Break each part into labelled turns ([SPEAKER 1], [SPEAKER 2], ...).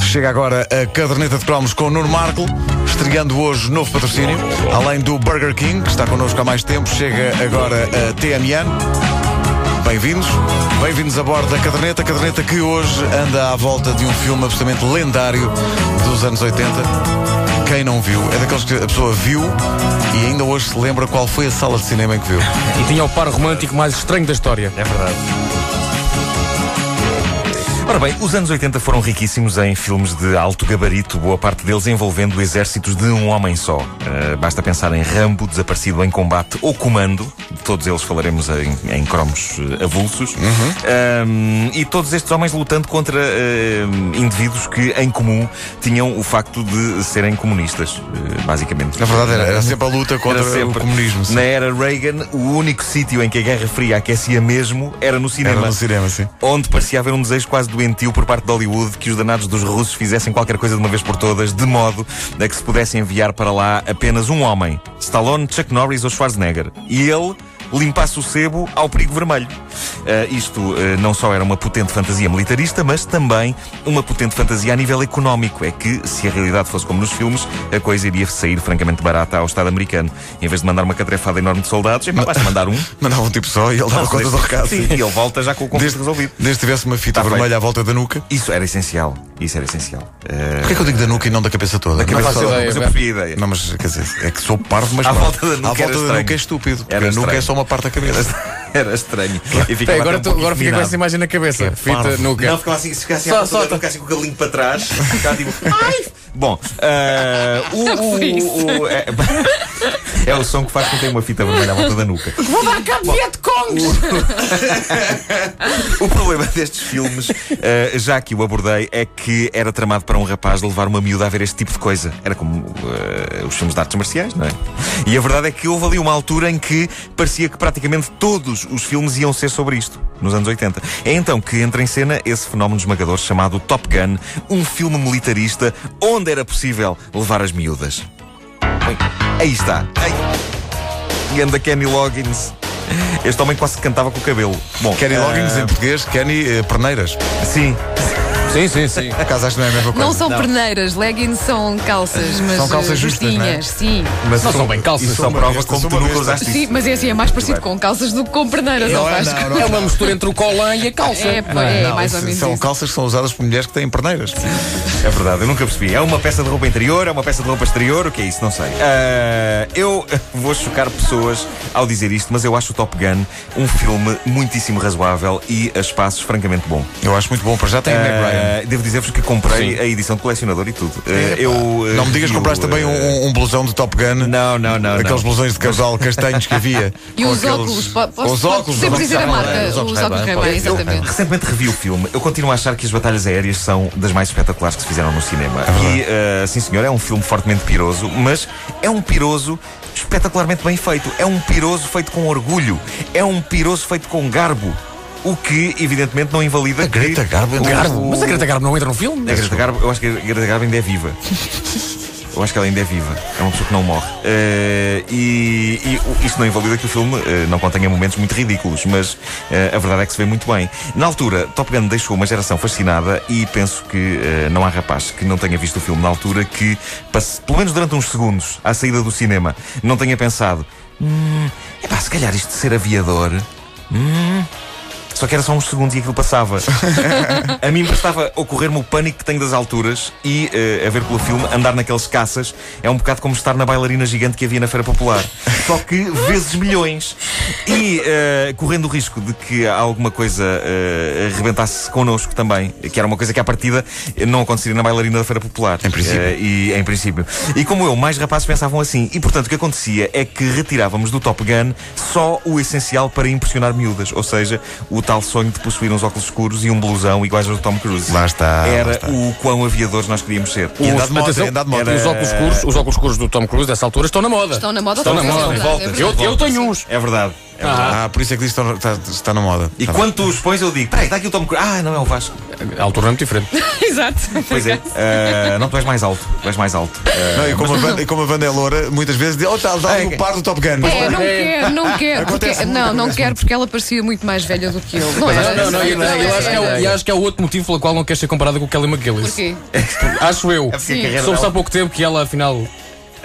[SPEAKER 1] Chega agora a caderneta de cromos com o Nuno Marco, estreando hoje novo patrocínio. Além do Burger King, que está connosco há mais tempo, chega agora a TMN. Bem-vindos, bem-vindos a bordo da caderneta. Caderneta que hoje anda à volta de um filme absolutamente lendário dos anos 80. Quem não viu, é daqueles que a pessoa viu e ainda hoje se lembra qual foi a sala de cinema em que viu.
[SPEAKER 2] E tinha o par romântico mais estranho da história.
[SPEAKER 3] É verdade. Ora bem, os anos 80 foram riquíssimos em filmes de alto gabarito, boa parte deles envolvendo exércitos de um homem só. Eh, basta pensar em Rambo, Desaparecido em Combate ou Comando, de todos eles falaremos em, em cromos eh, avulsos, Ahm, e todos estes homens lutando contra eh, indivíduos que, em comum, tinham o facto de serem comunistas, eh, basicamente.
[SPEAKER 1] Na verdade, era, era sempre a luta contra
[SPEAKER 3] Era sempre.
[SPEAKER 1] o comunismo. sim.
[SPEAKER 3] Na era Reagan, o único sítio em que a Guerra Fria aquecia mesmo era no cinema.
[SPEAKER 1] Era no cinema, sim.
[SPEAKER 3] Onde parecia haver um desejo quase doentio por parte de Hollywood que os danados dos russos fizessem qualquer coisa de uma vez por todas, de modo a que se pudesse enviar para lá apenas um homem: Stallone, Chuck Norris ou Schwarzenegger. E ele limpasse o sebo ao perigo vermelho. Ah, isto ah, não só era uma potente fantasia militarista, mas também uma potente fantasia a nível económico. É que, se a realidade fosse como nos filmes, a coisa iria sair francamente barata ao Estado americano. Em vez de mandar uma catrefada enorme de soldados, é, basta mandar um.
[SPEAKER 1] Mandava um tipo só e ele dava conta do recado.
[SPEAKER 3] Sim, e ele volta já com o conflito
[SPEAKER 1] Desde,
[SPEAKER 3] resolvido.
[SPEAKER 1] desde que tivesse uma fita
[SPEAKER 3] Tá
[SPEAKER 1] vermelha
[SPEAKER 3] feito.
[SPEAKER 1] à volta da nuca.
[SPEAKER 3] Isso era essencial. Isso era essencial. Eh,
[SPEAKER 1] Porquê que eu digo da nuca e não da cabeça toda?
[SPEAKER 3] cabeça
[SPEAKER 1] Não faço
[SPEAKER 2] toda.
[SPEAKER 3] mas eu
[SPEAKER 2] bem.
[SPEAKER 3] preferi a ideia.
[SPEAKER 1] Não, mas quer dizer, é que sou parvo, mas
[SPEAKER 3] À
[SPEAKER 1] pronto.
[SPEAKER 3] volta da
[SPEAKER 1] à
[SPEAKER 3] nuca era
[SPEAKER 1] volta da
[SPEAKER 3] estranho.
[SPEAKER 1] nuca é estúpido. Porque
[SPEAKER 3] Era
[SPEAKER 1] a nuca é
[SPEAKER 3] estranho.
[SPEAKER 1] só uma parte da cabeça.
[SPEAKER 3] Era estranho. E ficava
[SPEAKER 2] Peraí,
[SPEAKER 3] até
[SPEAKER 2] agora,
[SPEAKER 3] um
[SPEAKER 2] tu-
[SPEAKER 3] pouco
[SPEAKER 2] agora fica com
[SPEAKER 3] intimidado.
[SPEAKER 2] essa imagem na cabeça. Fita,
[SPEAKER 1] parvo.
[SPEAKER 2] nuca.
[SPEAKER 3] Não, ficava assim, se ficasse
[SPEAKER 2] Só-
[SPEAKER 3] assim,
[SPEAKER 2] só-
[SPEAKER 3] só, ficasse com o cabelinho para trás, ficava tipo. Ai! Bom, eh, o- o- o- o- é, é o som que faz quem tem uma fita vermelha à volta da nuca.
[SPEAKER 4] Vou dar cabo de Vietcongs!
[SPEAKER 3] O problema destes filmes, eh, já que o abordei, é que era tramado para um rapaz levar uma miúda a ver este tipo de coisa. Era como eh, os filmes de artes marciais, não é? E a verdade é que houve ali uma altura em que parecia que praticamente todos os filmes iam ser sobre isto, nos anos 80. É então que entra em cena esse fenómeno esmagador chamado Top Gun, um filme militarista onde era possível levar as miúdas. Bem, Aí está. Ai. Ganda Kenny Loggins. Este homem quase que cantava com o cabelo. Bom,
[SPEAKER 1] Kenny
[SPEAKER 3] eh,
[SPEAKER 1] Loggins em português, Kenny eh, Perneiras.
[SPEAKER 3] Sim.
[SPEAKER 2] Sim, sim, sim.
[SPEAKER 1] Por acaso acho que não é a mesma coisa.
[SPEAKER 4] Não são perneiras, leggings são calças, mas
[SPEAKER 1] São calças
[SPEAKER 4] eh,
[SPEAKER 1] justas,
[SPEAKER 4] justinhas, sim.
[SPEAKER 1] Mas
[SPEAKER 2] Não
[SPEAKER 1] sou-
[SPEAKER 2] são bem calças,
[SPEAKER 1] e
[SPEAKER 3] Isso
[SPEAKER 1] sou
[SPEAKER 3] só
[SPEAKER 1] uma
[SPEAKER 3] prova
[SPEAKER 1] besta,
[SPEAKER 3] como
[SPEAKER 1] sou
[SPEAKER 3] tu
[SPEAKER 1] uma
[SPEAKER 3] nunca
[SPEAKER 1] besta.
[SPEAKER 3] usaste
[SPEAKER 4] Sim,
[SPEAKER 3] isso.
[SPEAKER 4] mas é assim, é mais parecido com calças do que com perneiras, não,
[SPEAKER 1] Não é,
[SPEAKER 4] faz?
[SPEAKER 1] não, não.
[SPEAKER 2] É uma mistura entre o colã e a calça.
[SPEAKER 4] É, pô,
[SPEAKER 2] Não
[SPEAKER 4] é,
[SPEAKER 1] Não,
[SPEAKER 4] mais ou
[SPEAKER 1] isso-
[SPEAKER 4] menos
[SPEAKER 1] São
[SPEAKER 4] isso.
[SPEAKER 1] calças que são usadas por mulheres que têm perneiras.
[SPEAKER 3] É verdade, eu nunca percebi. É uma peça de roupa interior, é uma peça de roupa exterior, o que é isso? Não sei. Ah, eu vou chocar pessoas ao dizer isto, mas eu acho o Top Gun um filme muitíssimo razoável e a espaços francamente bom.
[SPEAKER 1] Eu acho muito bom, para já tem o Meg Ryan.
[SPEAKER 3] Ah, devo dizer-vos que comprei
[SPEAKER 2] Sim.
[SPEAKER 3] a edição de colecionador e tudo. Ah, eu, ah,
[SPEAKER 1] Não me digas
[SPEAKER 3] vi
[SPEAKER 1] que compraste
[SPEAKER 3] o,
[SPEAKER 1] também
[SPEAKER 3] ah,
[SPEAKER 1] um, um blusão de Top Gun.
[SPEAKER 3] Não, não, não.
[SPEAKER 1] Aqueles
[SPEAKER 3] não.
[SPEAKER 1] blusões de casal castanhos que havia.
[SPEAKER 4] E
[SPEAKER 1] com
[SPEAKER 4] os
[SPEAKER 1] aqueles-
[SPEAKER 4] óculos, po- posso-
[SPEAKER 1] Os óculos,
[SPEAKER 4] sempre dizer a
[SPEAKER 1] Ray-Ban,
[SPEAKER 4] marca, os óculos
[SPEAKER 1] Ray-Ban,
[SPEAKER 4] Ray-Ban,
[SPEAKER 1] pode ser.
[SPEAKER 4] exatamente.
[SPEAKER 3] Recentemente revi o filme. Eu continuo a achar que as batalhas aéreas são das mais espetaculares que se fizeram no cinema.
[SPEAKER 1] É
[SPEAKER 3] e, eh, sim senhor, é um filme fortemente piroso, mas é um piroso espetacularmente bem feito. É um piroso feito com orgulho. É um piroso feito com garbo. O que, evidentemente, não invalida
[SPEAKER 1] A Greta
[SPEAKER 3] que...
[SPEAKER 1] Garbo é
[SPEAKER 3] o-
[SPEAKER 1] entra-
[SPEAKER 2] Garbo. Mas a Greta Garbo não entra no filme?
[SPEAKER 3] A Greta Garbo, eu acho que a Greta Garbo ainda é viva. Eu acho que ela ainda é viva. É uma pessoa que não morre. Eh, e e o- isto não invalida que o filme eh, não contenha momentos muito ridículos, mas eh, a verdade é que se vê muito bem. Na altura, Top Gun deixou uma geração fascinada e penso que eh, não há rapaz que não tenha visto o filme na altura que, passe- pelo menos durante uns segundos, à saída do cinema, não tenha pensado: hum, epá, se calhar isto de ser aviador. hum, só que era só uns segundos e aquilo passava. A mim bastava ocorrer-me o pânico que tenho das alturas e, eh, a ver pelo filme, andar naqueles caças é um bocado como estar na bailarina gigante que havia na Feira Popular. Só que vezes milhões. E eh, correndo o risco de que alguma coisa eh, arrebentasse connosco também, que era uma coisa que à partida não aconteceria na bailarina da Feira Popular.
[SPEAKER 1] Em princípio.
[SPEAKER 3] Eh, e, em princípio. E como eu, mais rapazes pensavam assim. E portanto, o que acontecia é que retirávamos do Top Gun só o essencial para impressionar miúdas. Ou seja, o tal sonho de possuir uns óculos escuros e um blusão iguais ao do Tom Cruise.
[SPEAKER 1] Lá está, lá
[SPEAKER 3] Era
[SPEAKER 1] está.
[SPEAKER 3] o quão aviadores nós queríamos ser.
[SPEAKER 1] E andar
[SPEAKER 2] Os,
[SPEAKER 1] de moto,
[SPEAKER 2] atenção,
[SPEAKER 1] e andar de moto.
[SPEAKER 2] e os óculos escuros, os óculos escuros do Tom Cruise dessa altura estão na moda.
[SPEAKER 4] Estão na moda,
[SPEAKER 2] Estão na
[SPEAKER 4] estão
[SPEAKER 2] moda.
[SPEAKER 4] na moda.
[SPEAKER 2] Volta.
[SPEAKER 4] É verdade,
[SPEAKER 2] Eu,
[SPEAKER 4] é verdade.
[SPEAKER 2] eu tenho uns.
[SPEAKER 3] É verdade. É verdade.
[SPEAKER 2] Ah,
[SPEAKER 1] Ah, por isso é que diz que está, está- está na moda.
[SPEAKER 3] E
[SPEAKER 1] Tá bem.
[SPEAKER 3] quando tu os pões, eu digo: peraí, está aqui o Tom Cruise. Ah, não é o Vasco.
[SPEAKER 2] A altura é muito diferente.
[SPEAKER 4] Exato.
[SPEAKER 3] Pois é. Ah, não, tu és mais alto. Tu és mais alto. Ah,
[SPEAKER 1] Não, e, como a banda, e como a banda é loura, muitas vezes diz: Oh, está tá ali o par do Top Gun. Mas
[SPEAKER 4] É, não quero, não quero. Porque,
[SPEAKER 1] Acontece muito,
[SPEAKER 4] não, não quero porque ela parecia muito mais velha do que eu. Não,
[SPEAKER 2] Não,
[SPEAKER 4] era?
[SPEAKER 2] não, não, e- e acho que é o- e acho que é o outro motivo pelo qual não quer ser comparada com o Kelly McGillis.
[SPEAKER 4] Porquê?
[SPEAKER 2] Acho eu.
[SPEAKER 3] porque a carreira
[SPEAKER 2] Soube-se
[SPEAKER 3] dela-
[SPEAKER 2] há pouco tempo que ela, afinal.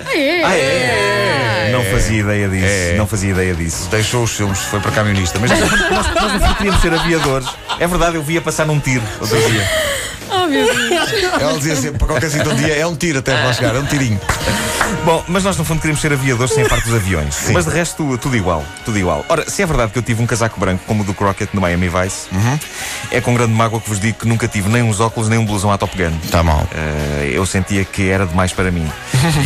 [SPEAKER 4] Ah, é?
[SPEAKER 3] Ah, é. Não fazia ideia disso.
[SPEAKER 1] É.
[SPEAKER 3] Não fazia ideia disso.
[SPEAKER 1] Deixou os filmes, foi para camionista. Mas
[SPEAKER 3] Nós no fundo queríamos ser aviadores. É verdade, eu via passar num tiro outro dia.
[SPEAKER 4] Oh, meu Deus.
[SPEAKER 1] ela dizia sempre: para qualquer sítio um dia é um tiro até lá chegar, é um tirinho.
[SPEAKER 3] Bom, mas nós no fundo queríamos ser aviadores sem a parte dos aviões. Mas de resto, tudo igual, tudo igual. Ora, se é verdade que eu tive um casaco branco como o do Crockett no Miami Vice,
[SPEAKER 1] Uhum.
[SPEAKER 3] é com grande mágoa que vos digo que nunca tive nem uns óculos nem um blusão à Top Gun.
[SPEAKER 1] Está Tá mal.
[SPEAKER 3] Eh, eu sentia que era demais para mim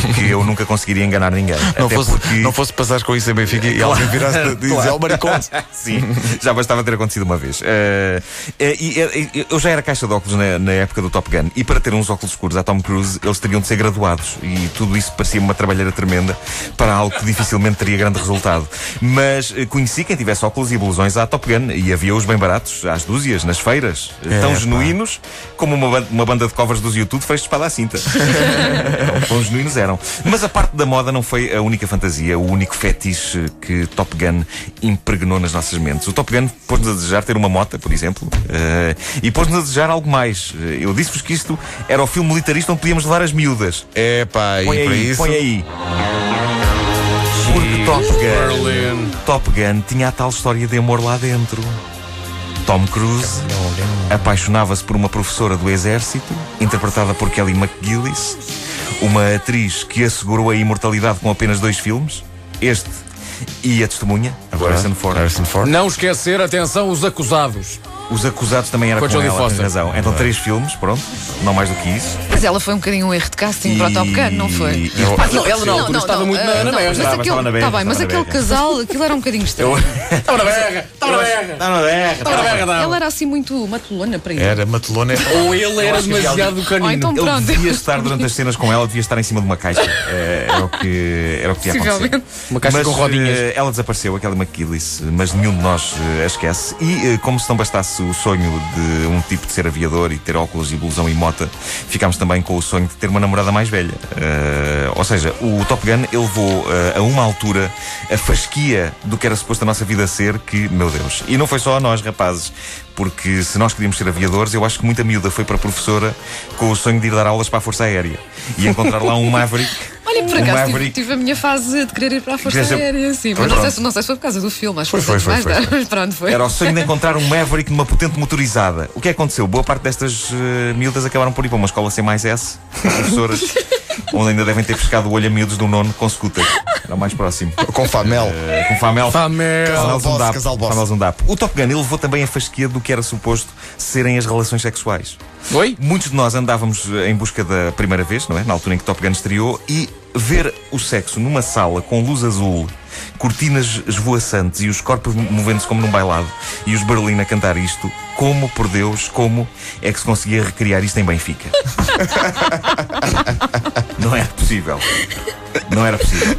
[SPEAKER 3] e que eu nunca conseguiria enganar ninguém.
[SPEAKER 1] Não
[SPEAKER 3] Até
[SPEAKER 1] fosse,
[SPEAKER 3] porque...
[SPEAKER 1] não fosse passares com isso em Benfica e alguém virasse e dizia:
[SPEAKER 3] Claro.
[SPEAKER 1] É o maricote.
[SPEAKER 3] Sim, já bastava ter acontecido uma vez. Eh, eh, e, eh, eu já era caixa de óculos na, na época do Top Gun, e para ter uns óculos escuros à Tom Cruise, eles teriam de ser graduados, e tudo isso parecia uma trabalheira tremenda para algo que dificilmente teria grande resultado. Mas eh, conheci quem tivesse óculos e blusões à Top Gun, e havia-os bem baratos, às dúzias, nas feiras, eh, tão
[SPEAKER 1] pá.
[SPEAKER 3] genuínos como uma, ban- uma banda de covers dos YouTube fez de espada à cinta. Bons genuínos eram. Mas a parte da moda não foi a única fantasia, o único fetiche que Top Gun impregnou nas nossas mentes. O Top Gun pôs-nos a desejar ter uma mota, por exemplo, eh, e pôs-nos a desejar algo mais. Eh, Eu disse-vos que isto era o filme militarista onde podíamos levar as miúdas.
[SPEAKER 1] É pá, e
[SPEAKER 3] Põe
[SPEAKER 1] para
[SPEAKER 3] aí,
[SPEAKER 1] isso.
[SPEAKER 3] põe aí. Porque Top Gun, Top Gun tinha a tal história de amor lá dentro. Tom Cruise apaixonava-se por uma professora do exército, interpretada por Kelly McGillis, uma atriz que assegurou a imortalidade com apenas dois filmes, este e a testemunha, Harrison Ford.
[SPEAKER 1] Harrison Ford.
[SPEAKER 2] Não esquecer, atenção, os acusados.
[SPEAKER 3] Os acusados também era
[SPEAKER 2] Com a
[SPEAKER 3] com,
[SPEAKER 2] Jodie
[SPEAKER 3] ela,
[SPEAKER 2] Foster.
[SPEAKER 3] tens razão. Então três filmes, pronto, não mais do que isso.
[SPEAKER 4] Mas ela foi um bocadinho um erro de casting para o Top Gun, não
[SPEAKER 3] E-
[SPEAKER 4] foi?
[SPEAKER 3] e-
[SPEAKER 2] Ah, não, ela na altura estava muito na-
[SPEAKER 4] ah,
[SPEAKER 2] na
[SPEAKER 4] não,
[SPEAKER 2] merda.
[SPEAKER 4] Mas
[SPEAKER 3] Estava,
[SPEAKER 4] aquele,
[SPEAKER 3] estava na
[SPEAKER 4] tá
[SPEAKER 3] merda,
[SPEAKER 4] bem,
[SPEAKER 3] estava
[SPEAKER 4] mas
[SPEAKER 3] na
[SPEAKER 4] aquele
[SPEAKER 3] merda.
[SPEAKER 4] casal, aquilo era um bocadinho estranho.
[SPEAKER 2] Estava na berra, estava na berra,
[SPEAKER 3] Não, não é,
[SPEAKER 2] estava na berra, estava.
[SPEAKER 4] Ela era assim muito matulona para ele.
[SPEAKER 1] Era matelona. é-
[SPEAKER 2] Ou ele era
[SPEAKER 3] acho que havia
[SPEAKER 2] demasiado canino.
[SPEAKER 4] Ou então
[SPEAKER 3] Ele
[SPEAKER 4] pronto.
[SPEAKER 3] devia estar durante as cenas com ela, devia estar em cima de uma caixa. Eh, Era o que, era o que ia acontecer.
[SPEAKER 4] Possivelmente.
[SPEAKER 2] Uma caixa
[SPEAKER 3] mas,
[SPEAKER 2] com rodinhas.
[SPEAKER 3] eh, Ela desapareceu, aquela McKillis, mas nenhum de nós eh, a esquece. E eh, como se não bastasse o sonho de um tipo de ser aviador e ter óculos e blusão e mota, ficámos também com o sonho de ter uma namorada mais velha. Eh, ou seja, o Top Gun elevou eh, a uma altura a fasquia do que era suposto a nossa vida ser, que, meu Deus. E não foi só a nós, rapazes, porque se nós queríamos ser aviadores, eu acho que muita miúda foi para a professora com o sonho de ir dar aulas para a Força Aérea e encontrar lá um Maverick.
[SPEAKER 4] Olha, por
[SPEAKER 3] Um
[SPEAKER 4] acaso tive,
[SPEAKER 3] Maverick.
[SPEAKER 4] tive a minha fase de querer ir para a Força
[SPEAKER 3] Queria ser-
[SPEAKER 4] Aérea, sim.
[SPEAKER 3] Foi
[SPEAKER 4] Mas não sei,
[SPEAKER 3] pronto.
[SPEAKER 4] se- não sei se foi por causa do filme, acho
[SPEAKER 1] Foi,
[SPEAKER 4] que foi,
[SPEAKER 1] foi,
[SPEAKER 4] mais
[SPEAKER 1] foi,
[SPEAKER 4] tarde, mas pronto, foi.
[SPEAKER 3] Era o sonho de encontrar um Maverick numa potente motorizada. O que aconteceu? Boa parte destas eh, miúdas acabaram por ir para uma escola C mais S, com professoras, onde ainda devem ter pescado o olho a miúdos do nono com scooters. Era o mais próximo.
[SPEAKER 1] Com Famel.
[SPEAKER 3] Eh, com Famel.
[SPEAKER 2] Famel.
[SPEAKER 3] Famel
[SPEAKER 1] Boss,
[SPEAKER 3] Zundap.
[SPEAKER 1] casal boss.
[SPEAKER 3] Famel Zundap. O Top Gun ele levou também a fasquia do que era suposto serem as relações sexuais.
[SPEAKER 2] Oi?
[SPEAKER 3] Muitos de nós andávamos eh, em busca da primeira vez, não é? Na altura em que Top Gun estreou, e ver o sexo numa sala com luz azul, cortinas esvoaçantes e os corpos mo- movendo-se como num bailado e os Berlim a cantar isto, como, por Deus, como é que se conseguia recriar isto em Benfica? não era possível. Não era possível.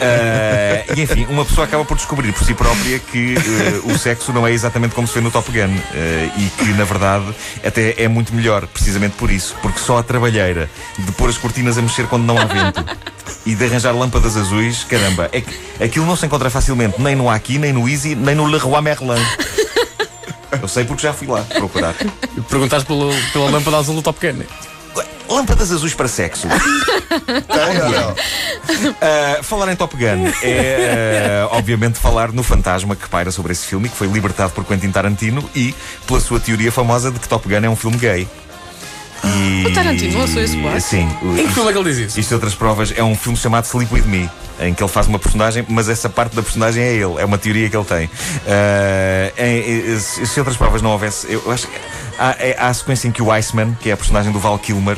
[SPEAKER 3] Eh, e enfim, uma pessoa acaba por descobrir por si própria que eh, o sexo não é exatamente como se vê no Top Gun eh, e que, na verdade, até é muito melhor, precisamente por isso, porque só a trabalheira de pôr as cortinas a mexer quando não há vento e de arranjar lâmpadas azuis, caramba, é que aquilo não se encontra facilmente nem no Aqui, nem no Easy, nem no Leroy Merlin. Eu sei porque já fui lá procurar.
[SPEAKER 2] Perguntaste pela, pela lâmpada azul do Top Gun.
[SPEAKER 3] Lâmpadas azuis para sexo. Uh, falar em Top Gun é, uh, obviamente, falar no fantasma que paira sobre esse filme e que foi libertado por Quentin Tarantino e pela sua teoria famosa de que Top Gun é um filme gay. E...
[SPEAKER 4] O Tarantino lançou esse boato?
[SPEAKER 3] Sim. o-
[SPEAKER 2] Em que filme é que ele diz isso?
[SPEAKER 3] isto e outras provas é um filme chamado Sleep With Me, em que ele faz uma personagem, mas essa parte da personagem é ele, é uma teoria que ele tem. Ah, em- em- se se outras provas não houvesse, eu acho que há, é- há a sequência em que o Iceman, que é a personagem do Val Kilmer,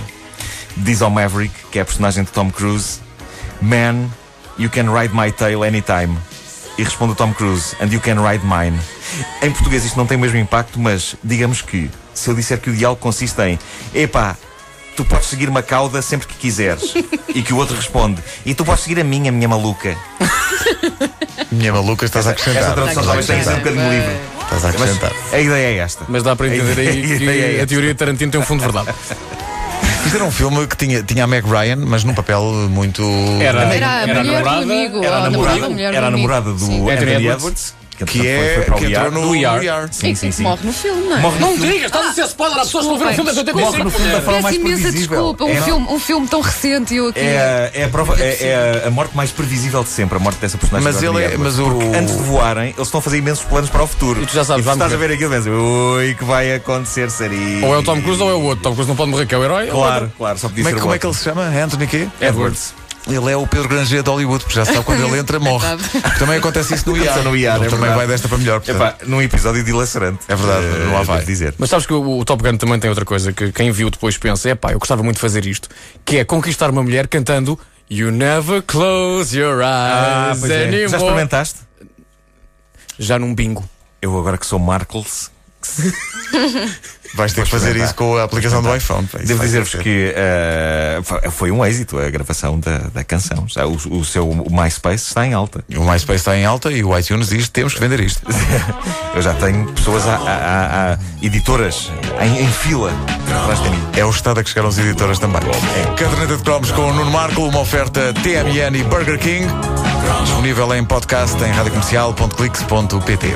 [SPEAKER 3] diz ao Maverick, que é a personagem de Tom Cruise, Man, you can ride my tail anytime. E responde o Tom Cruise, and you can ride mine. Em português isto não tem o mesmo impacto, mas digamos que, se eu disser que o diálogo consiste em, epá, tu podes seguir uma cauda sempre que quiseres. e que o outro responde, e tu podes seguir a minha, minha maluca.
[SPEAKER 1] Minha maluca, estás a
[SPEAKER 3] Essa
[SPEAKER 1] acrescentar.
[SPEAKER 3] tradução
[SPEAKER 1] Estás a
[SPEAKER 3] talvez tenha sido um
[SPEAKER 1] acrescentar.
[SPEAKER 3] bocadinho livre.
[SPEAKER 1] Estás a
[SPEAKER 3] Mas
[SPEAKER 1] acrescentar.
[SPEAKER 3] a ideia é esta.
[SPEAKER 2] Mas dá para entender aí
[SPEAKER 3] A ideia é
[SPEAKER 2] que a
[SPEAKER 3] esta.
[SPEAKER 2] teoria de Tarantino tem um fundo de verdade.
[SPEAKER 1] Isto era um filme que tinha, tinha a Meg Ryan, mas num papel muito.
[SPEAKER 2] Era,
[SPEAKER 4] Era a
[SPEAKER 2] era a
[SPEAKER 4] mulher do
[SPEAKER 2] namorada,
[SPEAKER 4] amigo.
[SPEAKER 3] Era
[SPEAKER 4] ou
[SPEAKER 3] a
[SPEAKER 4] namorada,
[SPEAKER 2] é
[SPEAKER 3] namorada,
[SPEAKER 4] mulher do
[SPEAKER 3] era a
[SPEAKER 4] amigo.
[SPEAKER 3] namorada do
[SPEAKER 4] Sim.
[SPEAKER 3] Anthony
[SPEAKER 2] Anthony
[SPEAKER 3] Edwards,
[SPEAKER 2] Edwards,
[SPEAKER 1] Que
[SPEAKER 3] entretanto
[SPEAKER 1] é.
[SPEAKER 3] foi- foi para o
[SPEAKER 1] que
[SPEAKER 3] IAR.
[SPEAKER 1] entrou no
[SPEAKER 2] Do IAR.
[SPEAKER 1] IAR.
[SPEAKER 4] E que morre no filme, não é?
[SPEAKER 3] Morre no
[SPEAKER 2] Não digas, estás a ser spoiler às pessoas que não viram o filme das
[SPEAKER 1] Morre no filme
[SPEAKER 2] 85.
[SPEAKER 1] da
[SPEAKER 2] mulher.
[SPEAKER 1] forma mais
[SPEAKER 4] Peço imensa
[SPEAKER 1] previsível.
[SPEAKER 4] desculpa. Um,
[SPEAKER 1] É-
[SPEAKER 4] filme, um filme tão recente e eu aqui.
[SPEAKER 3] É, é, a prova- é- é a- a morte mais previsível de sempre, a morte dessa personagem.
[SPEAKER 1] Mas
[SPEAKER 3] do
[SPEAKER 1] ele é-
[SPEAKER 3] Edward.
[SPEAKER 1] mas o-
[SPEAKER 3] Porque antes de voarem, eles estão a fazer imensos planos para o futuro.
[SPEAKER 2] E tu já sabes, vamos
[SPEAKER 3] estás a
[SPEAKER 2] ver.
[SPEAKER 3] ver aquilo e pensas, ui, que vai acontecer, seria.
[SPEAKER 2] Ou é o Tom Cruise ou é o outro. Tom Cruise não pode morrer, que é o herói. ou é o
[SPEAKER 3] Claro,
[SPEAKER 2] outro.
[SPEAKER 3] claro, só podia
[SPEAKER 1] Como é,
[SPEAKER 3] ser o
[SPEAKER 1] como é que ele
[SPEAKER 3] outro.
[SPEAKER 1] se chama? Anthony quê?
[SPEAKER 3] Edwards.
[SPEAKER 1] Ele é o Pedro Granger de Hollywood, porque já se sabe quando ele entra, morre.
[SPEAKER 4] Verdade.
[SPEAKER 1] Também acontece isso no IAR.
[SPEAKER 3] Aconteceu no IAR,
[SPEAKER 1] Ele
[SPEAKER 3] é
[SPEAKER 1] também
[SPEAKER 3] verdade.
[SPEAKER 1] vai desta para melhor. portanto.
[SPEAKER 3] Epá, num episódio dilacerante.
[SPEAKER 1] É verdade,
[SPEAKER 3] Eh,
[SPEAKER 1] não há vai.
[SPEAKER 3] devo dizer.
[SPEAKER 2] Mas sabes que o, o Top Gun também tem outra coisa que quem viu depois pensa: é pá, eu gostava muito de fazer isto, que é conquistar uma mulher cantando You Never Close Your
[SPEAKER 3] Ah,
[SPEAKER 2] Eyes
[SPEAKER 3] pois é. Já
[SPEAKER 2] Anymore.
[SPEAKER 3] experimentaste?
[SPEAKER 2] Já num bingo.
[SPEAKER 3] Eu agora que sou Markles,
[SPEAKER 1] Vais ter que fazer isso com a aplicação do iPhone. é. pá, isso
[SPEAKER 3] é Devo
[SPEAKER 1] vai
[SPEAKER 3] dizer-vos
[SPEAKER 1] acontecer.
[SPEAKER 3] que eh, fa- foi um êxito a gravação da, da canção. Já o, o seu o MySpace está em alta.
[SPEAKER 1] O MySpace está em alta e o iTunes diz temos que vender isto.
[SPEAKER 3] Eu já tenho pessoas, a, a- a- a- editoras em, em fila atrás de mim.
[SPEAKER 1] É o estado a que chegaram os editoras também. É Caderneta de Cromos com o Nuno Marco, uma oferta TMN e Burger King. Disponível em podcast em radiocomercial.clix.pt.